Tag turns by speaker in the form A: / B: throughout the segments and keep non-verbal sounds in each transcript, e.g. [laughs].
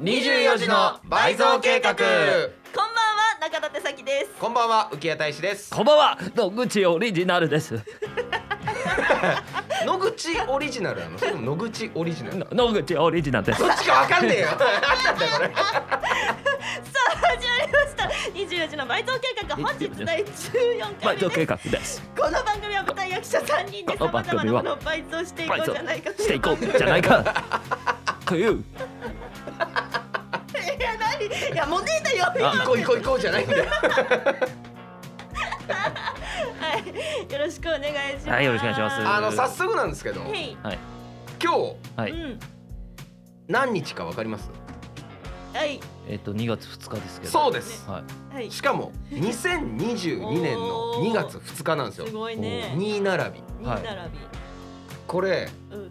A: 24時の倍増計画
B: こんばんは中立咲です
A: こんばんは浮谷大志です
C: こんばんは野口オリジナルです
A: 野口オリジナルなのそれとも野口オリジナル
C: の野口オリジナルです
A: どっちかわかんねえよなんだこれ
B: さあ始まりました24時の倍増計画本日第14
C: 倍
B: 回
C: 増計
B: 目です
C: 画です
B: この番組は舞台役者3人で
C: この
B: 様
C: 番
B: 々な
C: 組
B: も
C: は
B: のを倍増していこ
C: 倍
B: う
C: 増
B: じゃないかと
C: して
B: いう
C: いこうじゃないかという
B: いや何いやモテたよ
C: あ
A: [laughs] 行こう行こう行こうじゃないんだよ
B: はいよろしくお願いします
C: はいよろしくお願いします
A: あの早速なんですけど
B: へい
C: はい
A: 今日
C: は
B: う
C: い
B: ん
A: 何日かわかります
B: はい
C: えっと2月2日ですけど
A: そうです
C: はい
B: はい
A: しかも2022年の2月2日なんです
B: す
A: よ
B: ごいね
A: 2並び
B: 二
C: はい
B: 並
A: これ
B: びうん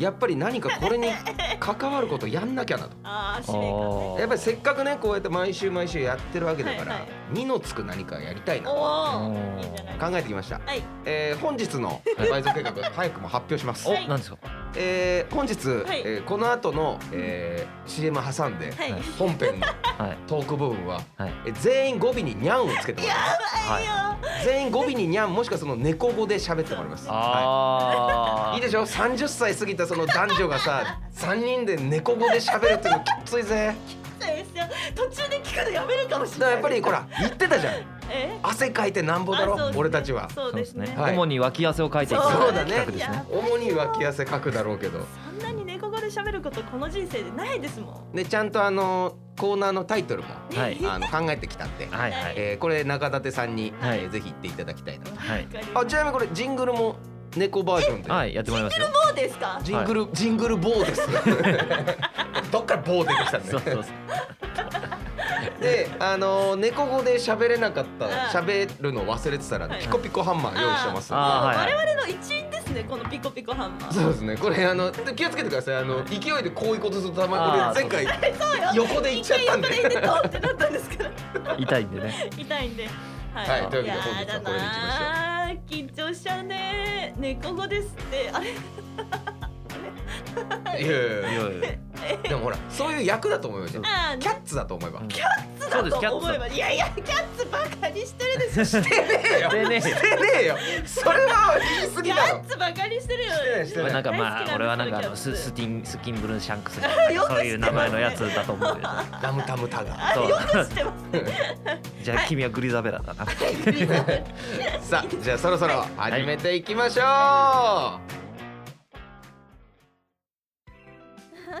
A: やっぱり何かこ
B: [laughs]
A: れに関わることやんなきゃなと
B: ああ使
C: あ
B: 命感ね
A: やっ
C: ー
A: ぱりせっかくねこうやって毎週毎週やってるわけだか
B: はい
A: ら
B: はい
A: 「2」のつく何かやりたいなと
B: おお
C: おー
B: いいんじゃない
A: 考えてきました、
B: はい
A: えー本日の倍増計
B: [laughs]
A: 画早くも発表します
B: はい
C: おなんですか
A: えー本日、
B: い
A: えーこの後の、えー CM 挟んで
B: はい
C: はい
A: 本編の
C: はい
A: トーク部分は、
C: はい
A: えー全員語尾に「にゃん」をつけてもらいま
C: はい
A: す全員語尾に「にゃん」もしくはその猫語で喋ってもらいます、は
C: あ
A: い、い
C: ー
A: いでしょ30歳過ぎたその男女が
B: [laughs]
A: さ3人で猫語で喋るっていうのきついぜ
B: そうですよ途中で聞くのやめるかもし
A: だから
B: れない
A: やっぱりほら言ってたじゃん
B: え
A: 汗かいてなんぼだろ
B: あそうですね
A: 俺たちは
B: そう
C: そう
B: で
C: ですす
B: ね
C: ね
A: はい
C: 主に脇汗をかいていく
A: そうだね
C: 企画ですね
A: 主に脇汗かくだろうけど
B: そんなに猫語で喋ることこの人生でないですもん
A: でちゃんとあのコーナーのタイトルも
C: はい
A: あの考えてきたんで、
C: はいはい
A: えーこれ中立さんに、
C: はい
A: えーぜひ言っていただきたいなと
C: はい
B: わかりま
A: あ
B: す
A: ちなみにこれジングルも猫バージョンで、
C: はいやってもらいますよ
B: そうですか
A: ジングル、ジングル棒
C: [laughs]
A: ですどっから棒出てきたん
C: そうそう
A: だ
C: そ
A: よ
C: う
A: であのー猫語で喋れなかった
B: うん
A: 喋るの忘れてたら、
B: はい
A: ピコピコハンマー用意してますんで
C: あーはい
B: 我々の一員ですねこのピコピコハンマー
A: そうですねこれあので気をつけてくださいあの勢いでこういうことするとたま
C: あー
A: これ前回
B: そうよ
A: 横で行っちゃったんで
B: 一回横で行ってドンってなったんで
A: [laughs]
B: すから
C: 痛いんでね
B: 痛いんでは
A: はいというわけで
B: や
A: 本日はこれでいきましょう
B: だなー緊張しちゃうねー猫語ですってあれ
A: いやいやいや
C: いやい
A: でもほらそういう役だと思いますよ
B: あー
A: キャッツだと思えば、
C: うん
B: ツ
C: そうです
B: だ
C: キャッ
B: と
C: ツ
B: 思えばいやいやキャッツバカにしてるでしょ
C: して
A: よ
C: ねえよ
A: してねえよそれは言い過ぎ
B: キ
A: だ
B: ャッ
A: ろ
B: ツバカにしてるよ
A: してないして
C: [laughs] まあなんかま
B: 大好き
C: あ
B: んです
C: 俺はなんかあのススティンスキンブルーシャンクスみたいなそういう名前のやつだと思うけど
A: ラムタムタが
B: あ
C: そう
B: よく知っ
C: [laughs]
B: てます
C: じゃあ君はグリザベラだな
A: [laughs] さあじゃあそろそろ始めていきましょう、
D: ラ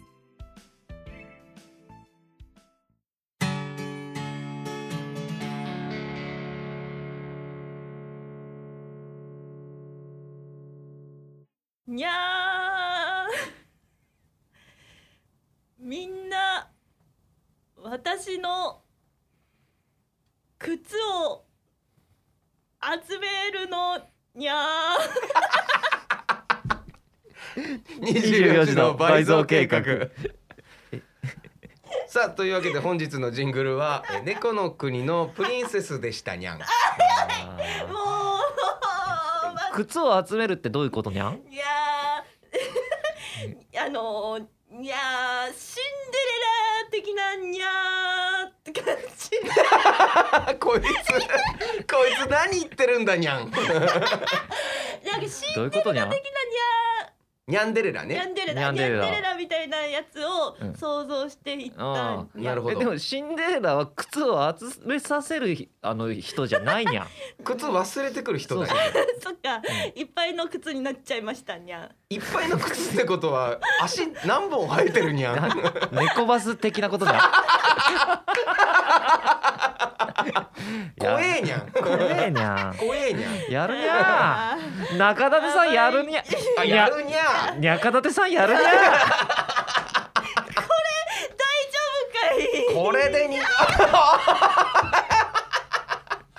B: にゃーん [laughs] みんな私の靴を集めるのにゃ
A: 24時の倍増計画さあというわけで本日のジングルは「え猫の国のプリンセスでしたにゃん」
B: ーんもう、ま
C: 靴を集めるってどういうことにゃん
B: にゃー [laughs] あのーにゃーシンデレラ的なにゃーって感じ
D: [laughs]
A: こいつこいつ何言ってるんだにゃん
B: なんかシンデレラ的な
C: どういうことにゃん
B: にゃ
A: ニャンデレラ
B: ニャ
A: ね
B: ンデレラ
C: ニャン
B: ニ
C: デ
B: ャ
C: レラ
B: ンデレラみたいなやつ
C: うん
B: を想像していったん
C: あ
A: なるほ
C: え
A: ど
C: でもシンデレラは靴を集めさせるあの人じゃないにゃん
A: 靴忘れてくる人だよ
B: そっかいっぱいの靴になっちゃいましたにゃん
A: いっぱいの靴ってことは足何本生えてるニャン
C: 猫バス的なことだいや
A: 怖えニャン
C: 怖えにゃ
A: 怖えニャ
C: んやるにゃん中立さんやるにゃ
A: ンあやるニャン
C: にゃかだてさんやるにゃ
B: 大丈夫かい
A: これでニャン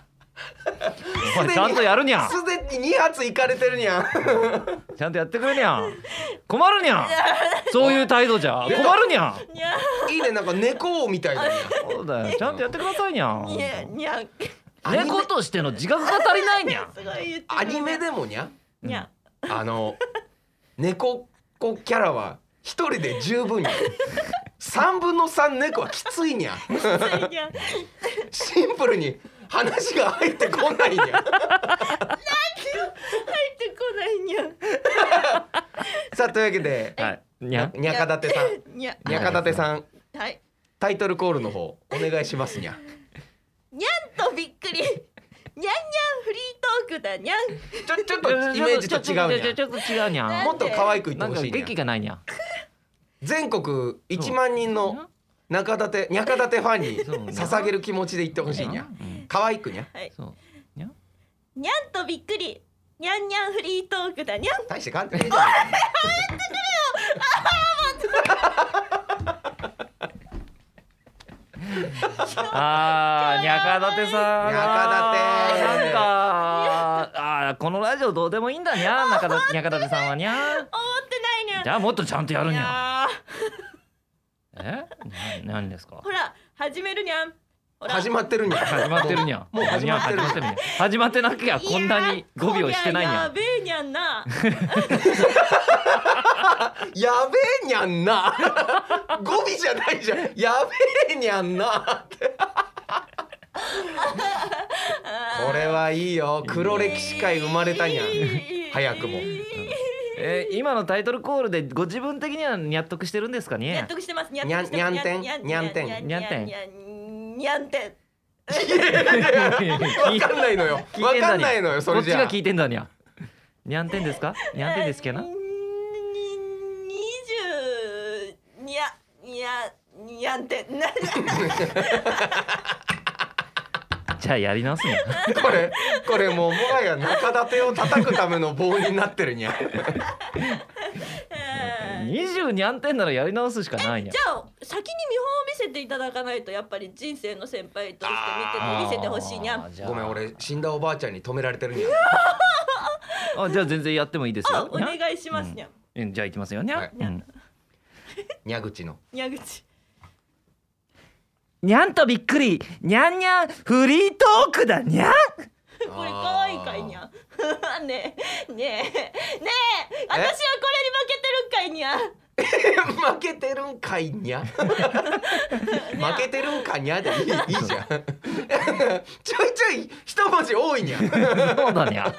C: んお前ちゃんとやるにゃん
A: すでに2発いかれてるニャン
C: ちゃんとやってくれにゃん困るにゃんそういう態度じゃ困るにゃん
B: にゃ
A: いいねなんか猫王みたいだニ
C: そうだよちゃんとやってくださいにゃん
B: んにゃんにゃんす
A: ャンアニメ
C: 猫としての自覚が足りないにゃん
B: ごい言ってる
A: アニメでもニャン
B: にゃん
A: あの猫っ子キャラは一人で十分に三分の三猫はきついにゃ
B: ついにゃん
A: シンプルに話が入ってこないにゃ
B: 入ってこないにゃん
A: さあというわけで
C: はいに
A: に
C: ゃ
A: ゃ
C: ん
A: にゃかだてさん
B: にゃ
A: にゃかだてさん
B: んはい
A: タイトルコールの方お願いしますにゃ
B: にゃんとびっくりにゃんにゃんフリートークだにゃん
A: ちょちょっとイメージと違
C: ちょ
A: う
C: ち
A: に
C: ょちょっと違うに
A: ゃ
C: ゃん
A: もっと可愛く言って
C: なん
A: ほ
C: か
A: しいにゃ
C: 劇がないにゃん
A: 全国1万人の中立てにゃかだてファンに捧げる気持ちで言ってほしいにゃ
C: うん
A: 可愛くにゃ
C: そうにゃん
B: にゃんとびっくりにゃんにゃんフリートークだにゃん
A: 大して変わってないじゃん
C: あーにゃかだてさん
A: にゃかだて
C: なんかあーこのラジオどうでもいいんだにゃんなかだにゃかだてさんはにゃん
B: 思ってないにゃん
C: じゃあもっとちゃんとやるにゃん
B: ゃん
C: えな何ですか
B: ほら始めるにゃんほら
A: 始まってるにゃ
C: 始まってるにゃん
A: もう始まってる
C: にゃん始まってるにゃん始まってなきゃこんなに語尾をしてないに
B: や
C: ゃ
B: や
C: ん
B: べえにゃんな
A: やべえにゃんな語尾じゃないじゃんやべえにゃんなこれはいいよ黒歴史界生まれたにゃん早くも
C: えー今のタイトルコールでご自分的にはにゃっとくしてるんですか
B: 納
C: ね
B: 得してますに
A: にゃんにゃんてんにゃんてん
B: にゃんてんにゃんにゃんてん
A: わかんないのよ
C: 聞い
A: わ
C: てんだにゃ
A: かんないのよそ
C: こ
A: れ
C: っち
A: じゃ
C: が
A: あ
C: 聞いてんだにゃんにゃんてんですかにゃんてんですけどな
B: にに20にゃにゃにゃんてんな
C: じゃあやり直すね
A: これこれもうもはや中立てを叩くための棒になってるにゃん
C: 20にゃんてんならやり直すしかないにゃん
B: じゃあ先に見本を見せていただかないとやっぱり人生の先輩として見て見せてほしいにゃん
C: あーじゃあ
A: ごめん俺死んだおばあちゃんに止められてるにゃん
C: あじゃあ全然やってもいいです
B: あ
C: よ
B: お願いしますにゃん
C: うんじゃあ行きますよにゃん、
A: はい
C: うん
A: にゃ
C: [laughs]
A: 口の
B: にゃぐち
C: にゃんとびっくりにゃんにゃんフリートークだにゃん
B: これ可愛いかいにゃんねえねえねえ私はこれに負けてるんかいにゃん
A: [laughs] 負けてるんかいに
B: [laughs]
A: ゃ [laughs] 負けてるんかにゃでいいいいじゃん [laughs] ちょいちょい一文字多いにゃ一
C: そうだにゃん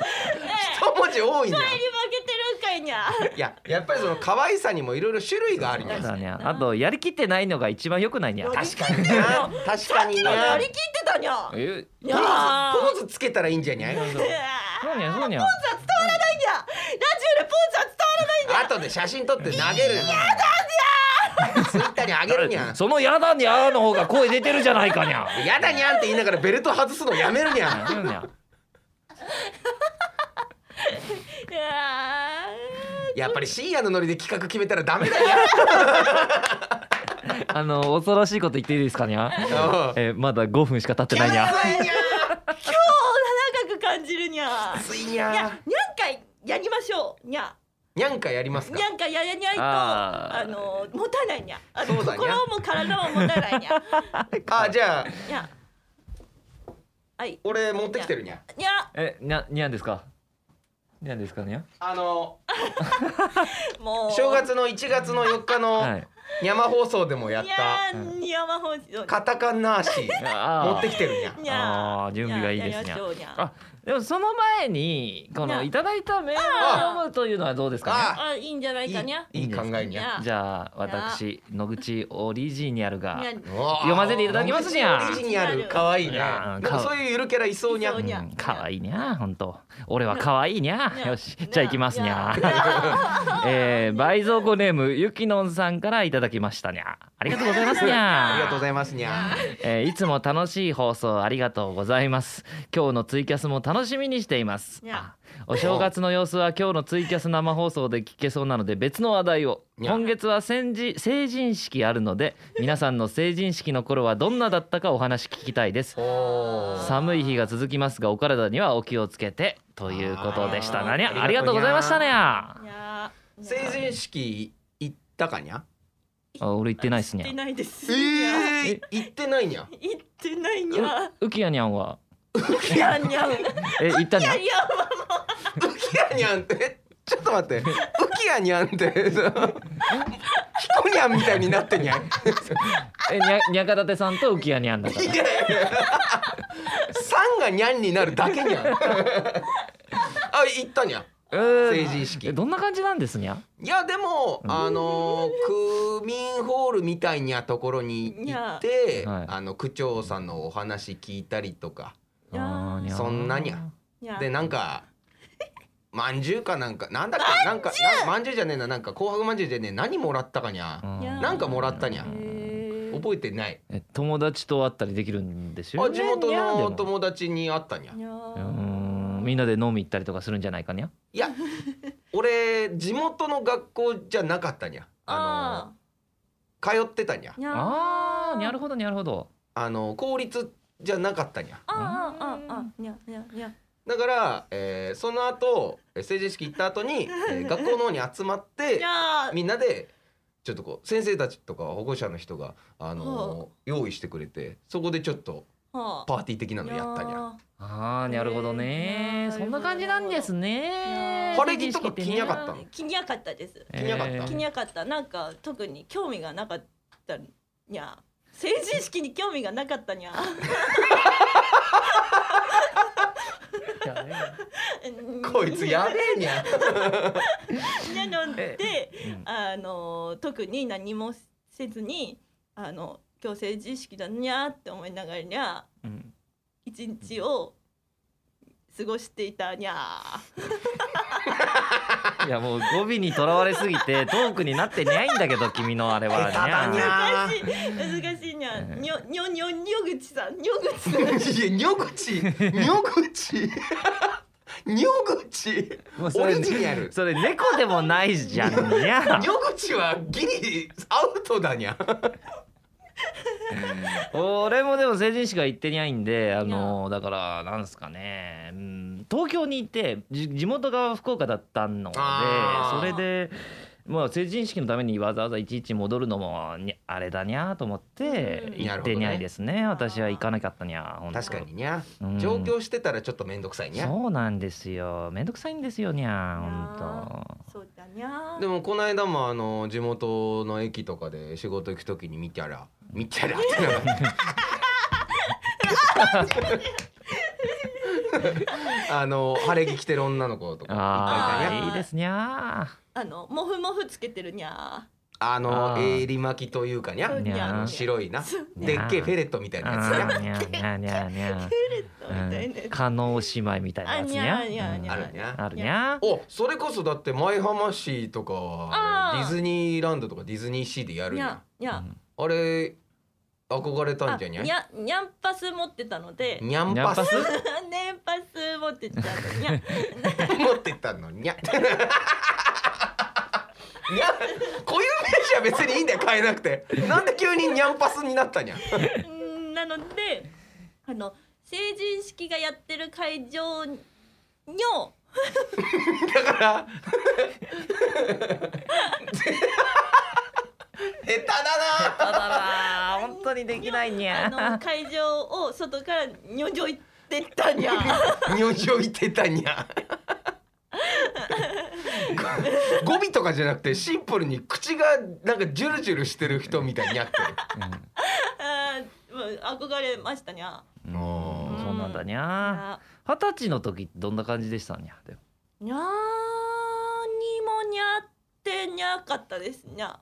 A: 文字多いにゃ
B: これに負けてるんかいにゃん
A: いややっぱりその可愛さにもいろいろ種類があるに
C: そう
A: ゃ
C: だにゃんあとやりきってないのが一番良くないにゃん
A: 確かにな確かに
B: 乗
A: な
B: り切ってたにゃん
C: え
B: に
A: ポ
B: ゃー
A: ーズポーズつけたらいいんじゃない
C: そうにゃんそうにゃん
B: ないにゃんラジオでポーズは伝わらないにゃん
A: あとで写真撮って投げるにゃツイッターにあげるにゃ
C: そのやだにゃーの方が声出てるじゃないかにゃん
A: やだにゃんって言いながらベルト外すのやめるにゃ
C: そうにゃん
B: いや
A: やっぱり深夜のノリで企画決めたらダメだに [laughs] ゃ
C: あの恐ろしいこと言っていいですかにゃん
A: うん
C: えまだ5分しか経ってないにゃん
B: ー今日長く感じるにゃん
A: ついに
B: にゃ
A: ゃ
B: んにゃんかいやりましょうにゃん
A: にゃんかやりますか
B: にゃんかややにゃいと
C: あー
B: あの持たないにゃあの
A: そうだにゃ
B: 心も体も持たないにゃ
A: あじゃあ
B: にゃはい
A: 俺持ってきてるにゃ
B: にゃ
C: えにゃにゃんですかにゃんですかにゃん
A: あの
B: もう
A: 正月の1月の4日の
C: はい
A: 山放送でもやっ
B: い
A: た
B: やー山本持
A: カタカナーシ
C: あ
A: 持
C: ー
A: ってきてるにゃ
B: にゃ
C: あー準備がいいですにゃ
B: やりましょうにゃ
C: あでもその前にこ
B: な
C: のいただいたメールを読むというのはどうですか
A: あ
B: あいいんじゃない
A: い
B: かにゃ
A: いいい考えにゃ
B: あ
C: ねじゃあ私野口オリジニャルが
B: にゃ
A: うわー
C: 読ませていただきますにゃ
A: オリジにある可愛いね
C: いやー
A: でも
C: かわ
A: そういうゆるキャラいそうにゃ
B: いそうにゃ
C: うん可愛いにゃ本当俺は可愛いに
B: [laughs]
C: ゃ
B: にゃ
C: よし
B: にゃ
C: じゃあ行きますにゃ
B: に
C: [laughs] えー倍増後ネームゆきのんさんからいただきましたにゃありがとうございますにゃ
A: ありがとうございますにゃ
C: えーいつも楽しい放送ありがとうございます今日のツイキャスも楽しみにしています
B: にゃ
C: あお正月の様子は今日のツイキャス生放送で聞けそうなので別の話題を
A: にゃ
C: 今月は先じ成人式あるので皆さんの成人式の頃はどんなだったかお話聞きたいです
A: おー
C: 寒い日が続きますがお体にはお気をつけてということでした
A: あー
C: なにゃあ
A: あ
C: り
A: り
C: がと
A: がと
C: うご
A: うにゃ
C: ざいましたねゃ
B: にゃにゃ
A: 成人式行ったかにゃ
C: あ俺言ってないっすに
B: 行
C: ゃ
B: ってないです
A: え
B: にゃ
A: ー行ってないにゃ
B: 行ってないにゃ
C: うきやにゃんは
B: にゃにゃに
C: え行ったにゃ
B: ゃ
C: ん
B: にゃ
A: ウキヤニャンってちょっと待ってウキヤニャンってそのヒコニャンみたいになってにゃん
C: えにゃにゃかたてさんとうきやにゃんだから
A: いやいやいやさんがにゃんになるだけにゃんあ行ったにゃん
C: 成
A: 成人式
C: どんな感じなんですにゃ
A: いやでも、あのー区民ホールみたいなところに
B: に
A: 行
B: ゃ
A: って、
C: はい
A: あの区長さんのお話聞いたりとか
B: いやー
C: あーにゃ
A: そんなにゃ
B: にゃ
A: でなんかまんじゅうかなんかなんだっけなんかなまんじゅうじゃねえななんか紅白まんじゅうじゃねえ何もらったかに
C: う
A: ゃ、
C: ん
B: にゃ
A: なんかもらったにゃ
B: へー
A: 覚えてない
C: え友達と会ったりできるんですよ
A: あ
C: ね
A: 地元
C: にゃでも
A: の友達に会ったにゃ
B: にゃ
C: うーんみんなで飲み行ったりとかするんじゃないかにゃ
A: いや俺地元の学校じゃなかったにゃあ
B: あ
A: のー通ってたにゃ
B: ーにゃ
C: あーにゃるほどにゃるほど
A: あのー公立じゃなかったにゃ
B: あーあーあーあーにゃにゃにゃ
A: だから、えーその後えー成人式行った後に、え [laughs] ー学校の方に集まって
B: にゃ
A: みんなでちょっとこう先生たちとか保護者の人が、あ
B: は
A: のー用意してくれてそこでちょっと
B: は
A: パーティー的なのやったにゃ
B: ゃ
C: あーにゃるほど
B: ね
C: ねそんな感じなんですね
A: 晴れ着とか着なかったの
B: 気になかったです
A: 着なかった
C: えー
B: 気になかったなんか特に興味がなかったにゃ成人式に興味がなかったにゃ
A: [laughs] こいつ
B: [laughs]
A: やべえにゃ
B: なので
C: うん
B: あの特に何もせずにあの今日成人式だにゃって思いながらにゃ
C: うん
B: 一日を過ごしていたにゃ
C: いやもう語尾にとらわれすぎてトークになってないんだけど君のあれは
A: 下手だにゃ
B: 難
A: あ
B: しい [laughs] 難しいにゃ
C: ええ
B: にょにょにょにょぐちさんにょぐちさん
A: いやにょぐちにょぐちにょぐち
C: もうそ
A: オ
C: れ
A: リジナル
C: それ猫でもないじゃん
A: [laughs]
C: にゃ
A: にょぐちはギリアウトだにゃ
C: 俺もでも成人式は行ってないんであのだからなんですかね、うん、東京にいてじ地元が福岡だったので
A: あ
C: そ
B: ー
C: れで。まあ、成人式のためにわざわざいちいち戻るのもにあれだにゃーと思って
B: うん
C: 行ってにゃいですね私は行かなかったにゃほんと
A: 確かににゃ
C: うん
A: 上京してたらちょっとめんどくさいにゃ
C: そうなんですよめんどくさいんですよにゃーほんと
B: そうだにゃ
A: でもこの間もあの地元の駅とかで仕事行くときに見たら見たらってなかったあの晴れ着着てる女の子とかいっぱい
C: あ
A: いたね
C: ーいいですにゃ
B: あのモフモフつけてるにゃ
A: あの
C: あー
A: 襟巻きというかにゃ
C: にゃー
A: 白いな
B: そう
A: でっけえフェレットみたい
C: ー
A: なやつに
C: あ
A: ゃ
C: ーにゃーにゃーにゃーにゃ
B: [laughs]
C: ー
B: ペレットみたいなやつ
C: 加納姉妹みたいなやつにゃ
B: あにゃーにゃーにゃー
A: あるにゃ
C: あるにゃ
A: おそれこそだって舞浜市とかは
B: あー
A: ディズニーランドとかディズニーシーでやる
B: に
A: に
B: ゃ
A: ゃ
B: にゃ
A: あれ憧れたんじゃに
B: あに
A: ゃ
B: ゃにゃんぱす持ってたので
A: にゃん
C: にゃん
A: ぱ
C: ぱ
A: す
C: す
B: ねんぱす持ってたのにゃ
A: [laughs] 持ってったのにゃ。にゃ固有名詞は別にいいんだよ変えなくてなんで急ににゃんぱすになったにゃ
B: うんなのであの成人式がやってる会場にょ
A: だから
B: [laughs]
A: 下手だな
C: だだ本当にできないに
B: あの
C: ゃ
B: 会場を外からにょじょ
C: [laughs]
B: いってったにゃ [laughs]
A: にょじょいてたにゃか語尾とかじゃなくてシンプルに口がなんかジュルジュルしてる人みたいになって
B: うんもう憧れましたにゃ
A: る。も
C: そうなんだに
B: に
C: ゃ
B: ゃ
C: 二十歳の時どんな感じでしたにゃでも
B: ーにゃーにもにゃってにゃかったです
C: [laughs]
B: にゃ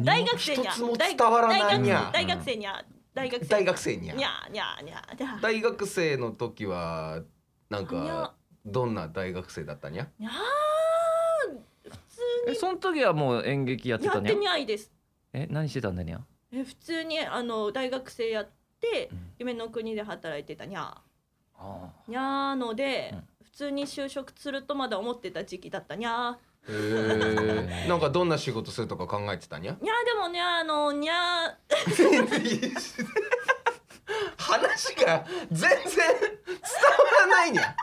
B: 大学生にゃ
A: 一つも伝わらないにゃ
B: 大大学生にゃ大学
A: う
B: 生
A: 大学生に
B: にゃ
A: ゃ。
B: にゃにゃにゃ
A: 大学生の時はなん
B: にゃ
A: かどんな大学生だったにゃ。
B: にゃ
C: えその時はもう演劇やっ
B: ー
C: て
B: や
C: た
B: っ
C: にゃ
B: てにゃいです
C: え何してたんだにゃ
B: え普通にあの大学生やって、
C: うん
B: 夢の国で働いてたにゃ
C: あ
B: ーにゃーので、
C: うん
B: 普通に就職するとまだ思ってた時期だったにゃ
A: へーなんかどんな仕事するとか考えてたにゃ
B: ー。にゃーでもにゃーあのにゃー
A: 話が全然伝わらないにゃ。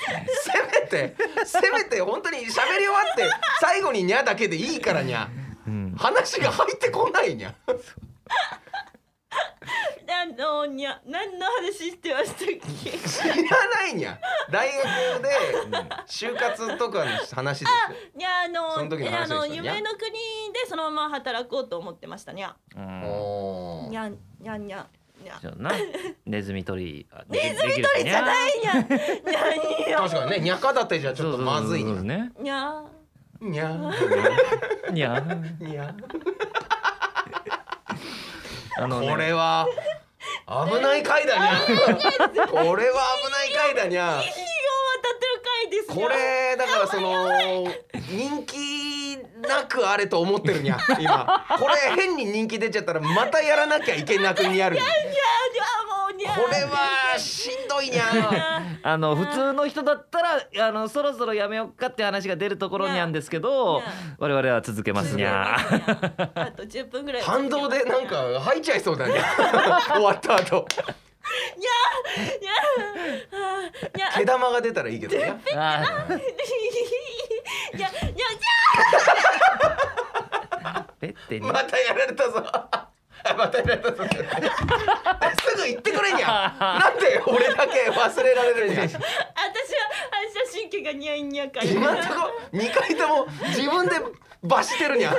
A: せめてせめて本当に喋り終わって最後ににゃだけでいいからにゃ。
C: うん
A: 話が入ってこないにゃ。
B: あのにゃ何の話してましたっけ
A: 知らないにゃ。大学で就活とかの話です
B: にゃあの
A: その時の
B: えあ
A: 話でした
B: の
A: にゃ
B: 夢の国でそのまま働こうと思ってましたにゃ
C: う
A: よ。
C: ん
A: お
B: にゃんにゃんにゃんにゃん
C: じゃあなネズミ捕り
B: ネズミ捕りじゃないいにゃんにゃんにゃ
A: 確かにね、にゃかだてじゃちょっとまずいにゃ。
C: ね
B: んにゃん
A: にゃ
C: にゃ
A: にゃ。
C: あのね
A: これは危ない回だにゃ。
C: [laughs]
A: これは危ない回だにゃ。
B: 日を渡ってる回です
A: これだからその人気なくあれと思ってるにゃ今これ変に人気出ちゃったらまたやらなきゃいけなくにゃるこ
B: にゃんにゃんもうにゃん
A: れはしんどい
C: [laughs]
A: にゃ
C: あの普通の人だったらあのそろそろやめよっかって話が出るところにゃんですけど
B: にゃ
C: 我々は続けますにゃ
B: あと10分ぐらい
A: 反動でなんか吐いちゃいそうだにゃ終わった後
B: にゃんあーにゃん
A: 毛玉が出たらいいけどね
C: あー
B: にゃんにゃんにゃん
C: ペッてね
A: [laughs] またやられたぞ [laughs] あまたやられたぞ [laughs] すぐ言ってくれにゃ [laughs] なんで俺だけ忘れられるにゃ [laughs]
B: 私は反射神経がにゃんにゃんか
A: 今んとこ2回とも自分で罰してる [laughs] にゃ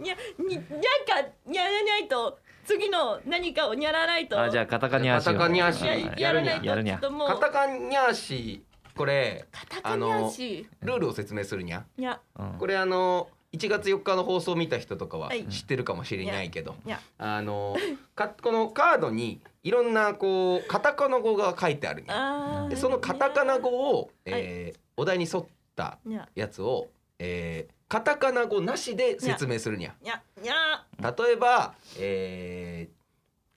B: にゃ、に、にゃか、にゃらないと、次の何かをにゃらないと。
C: あじゃあカタカニ足を
A: カタカニ足
B: にゃ、
A: はい
B: やらないと、
C: やるに
B: ちょ
C: ゃ
B: っともう。
A: カタカニャーシーこれ
B: カタカニャし。
A: ルールを説明するにゃ
B: にゃ、
C: うん
A: これあの1月4日の放送を見た人とかは
B: はい
A: 知ってるかもしれないけど、
B: にゃ、
A: あのかこのカードにいろんなこうカタカナ語が書いてあるにゃ
B: あ
A: で
B: あ。
A: そのカタカナ語
B: を。
A: を、えーお題に沿った
B: にゃ、
A: やつを、えーカタカナ語なしで説明するにゃ
B: にゃ、にゃ。
A: 例えば、え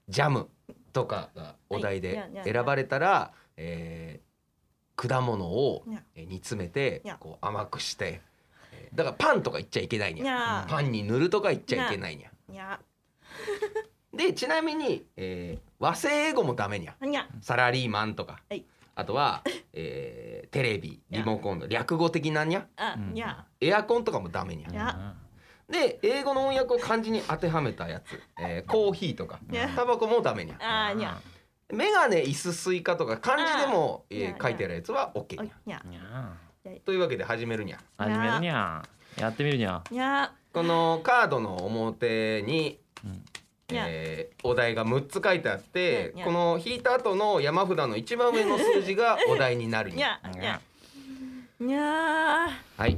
A: ージャムとかがお題
B: はいに
A: で
B: ゃにゃ
A: 選ばれたら、えー果物を
B: にゃ
A: えー煮詰めて
B: にゃ
A: こう甘くしてえーだからパンとか言っちゃいけないに
B: に
A: ゃ
B: ゃ、
A: パンに塗るとか言っちゃいけないにゃ
B: にゃ、
A: でちなみに、えー和製英語もダメにゃ
B: にゃ、
A: サラリーマンとか、
B: はい
A: あとは、えーテレビ
B: にゃ
A: リモコンの略語的なにゃ
B: あ、
C: うん
B: にゃ。
A: エアコンとかもダメにゃ
B: にゃ
A: で英語の翻訳を漢字に当てはめたやつ、えーコーヒーとか
B: にゃ
A: タバコもダメにゃ
B: あー、にゃ、
A: メガネ椅子スイカとか漢字でも、
B: あーいや
A: えー
B: いや
A: 書いてあるやつは OK
B: お
A: にゃ
B: にゃ、
C: にゃ
A: というわけで始めるにゃ
C: 始めるにゃやってみるにゃ
B: にゃ、
A: このカードの表に、
C: うん
B: にゃ
A: えーお題が6つ書いてあって
B: にゃにゃ
A: この引いた後の山札の一番上の数字
B: [laughs]
A: がお題になるに
B: に
A: ゃ
B: ゃ、にゃ。にゃ
A: はい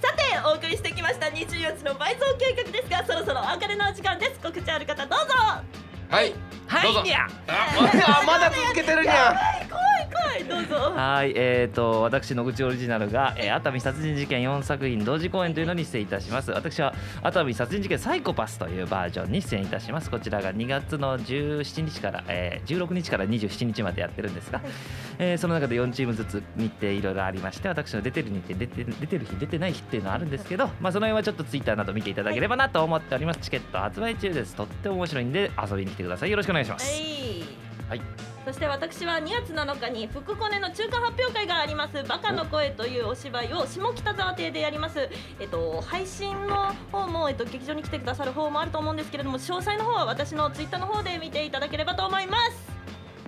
B: さてお送りしてきました24日の倍増計画ですがそろそろお別れのお時間です告知ある方どうぞ
A: はいどうぞ
C: はいにゃ
A: あまだ続けてるにゃ
B: はいどうぞ
C: はい、えー、と私野口オリジナルが、えー熱海殺人事件4作品同時公演というのに出演いたします私は熱海殺人事件サイコパスというバージョンに出演いたしますこちらが2月の17日から、えー16日から27日までやってるんですが、えーその中で4チームずつ日程いろいろありまして私の出てる日程出て出てる日出てない日っていうのはあるんですけど、まあ、その辺はちょっとツイッターなど見ていただければなと思っておりますチケット発売中ですとっても面白いんで遊びに来てくださいよろしくお願いしま
B: は
C: す、
B: い
C: はい
B: そして私は2月7日に福コネの中間発表会があります「バカの声」というお芝居を下北沢邸でやります、えっと、配信の方も、えっと、劇場に来てくださる方もあると思うんですけれども詳細の方は私のツイッターの方で見ていただければと思います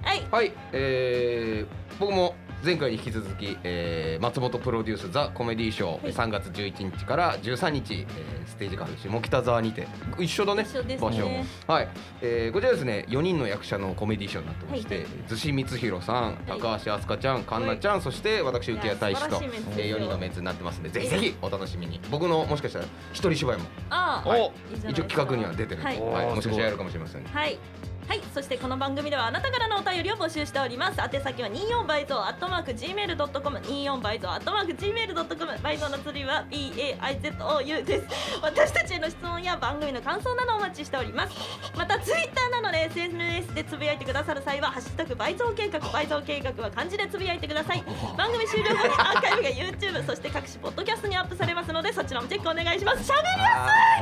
B: はい
A: はい、えー僕も前回に引き続き、えー松本プロデュースザ・コメディーショー、
B: はい
A: 3月11日から13日、えーステージカフェ下北沢にて一緒だね
B: 一緒です
A: 場所
B: ね
A: はい、えーこちらですね4人の役者のコメディーショーになってまして、
B: はい
A: 逗子光弘さん
B: はい
A: 高橋飛鳥ちゃん環奈ちゃん、そして私浮谷大使
B: いや
A: と
B: 素晴らしいメンツですよ
A: え4人のメンツになってますんでぜひぜひお楽しみに僕のもしかしたら一人芝居も
B: ああ
A: はい
B: いいじゃないです
A: 一
B: か
A: 応企画には出てるんで、
B: はい
A: はい
C: おー
A: もしかしたらやるかもしれませんね
B: はい。はい、そしてこの番組ではあなたからのお便りを募集しております。宛先は24倍増アットマーク gmail ドットコム、24倍増アットマーク gmail ドットコム、倍増の釣りは b a i z o u です。私たちへの質問や番組の感想などお待ちしております。またツイッターなどで SNS でつぶやいてくださる際はハッシュタグ倍増計画、倍増計画は漢字でつぶやいてください。番組終了後にアーカイブが YouTube そして各種ポッドキャストにアップされますのでそちらもチェックお願いします。しゃ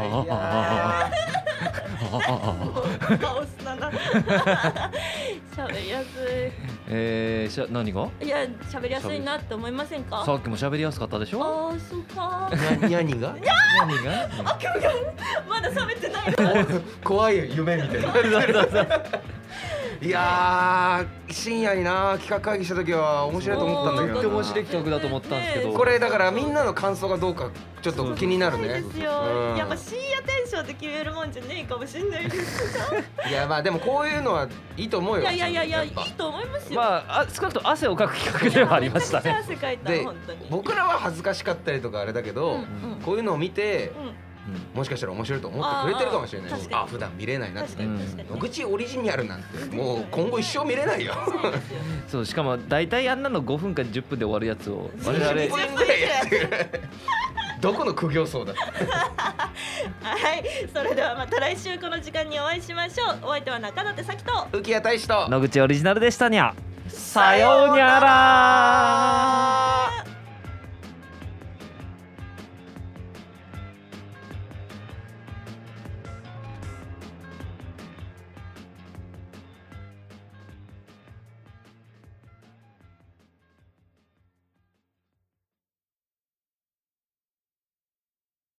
B: べりや
A: いや
B: すい。顔すな [laughs] な。しゃべりやすい。
C: えーしゃ何が
B: いや喋りやすいなって思いませんか
C: さ
B: あ
C: っきも喋りやすかったでしょ
B: あーそう
A: [laughs]
B: か
A: ーな何が
C: 何が
B: まだ喋ってないの
A: 怖いよ夢みたいな。いやー深夜にな企画会議した時は面白いと思ったんだけ
C: とって
A: ど
C: も
A: な
C: 面白い企画だと思ったんですけど
B: ねえ
A: これだからみんなの感想がどうかちょっと気になる
B: そう
A: ね
B: ですよ、
A: うん
B: やっぱ深夜テンションで決めるもんじゃねえかもしんない
A: [laughs]
B: です
A: いやまあでもこういうのはいいと思うよ
B: いやいやいやいや
A: っ
B: いい
A: ぱ
B: と思いますよ、
C: まああ少なくとも汗をかく企画ではありました
B: いや
C: ね。
B: めちゃくちゃ汗かい
A: で
B: た本当に
A: 僕らは恥ずかしかったりとかあれだけど、
B: うんうん
A: こういうのを見て
B: うん
A: もしかしたら面白いと思ってくれてるかもしれない
B: あー確かに
A: あ普段見れないなって
B: 確かに確かに、
A: 野口オリジナルなんてもう今後一生見れ
B: [laughs]
A: ないよ
B: そうですよ
C: そうしかも大体あんなの5分か10分で終わるやつを我
A: 10
C: 々
A: 分ぐらいやってるどこの苦行僧だ
B: はいそれではまた来週この時間にお会いしましょうお相手は中舘咲と
A: 浮谷大使と
C: 野口オリジナルでしたにゃさようにゃら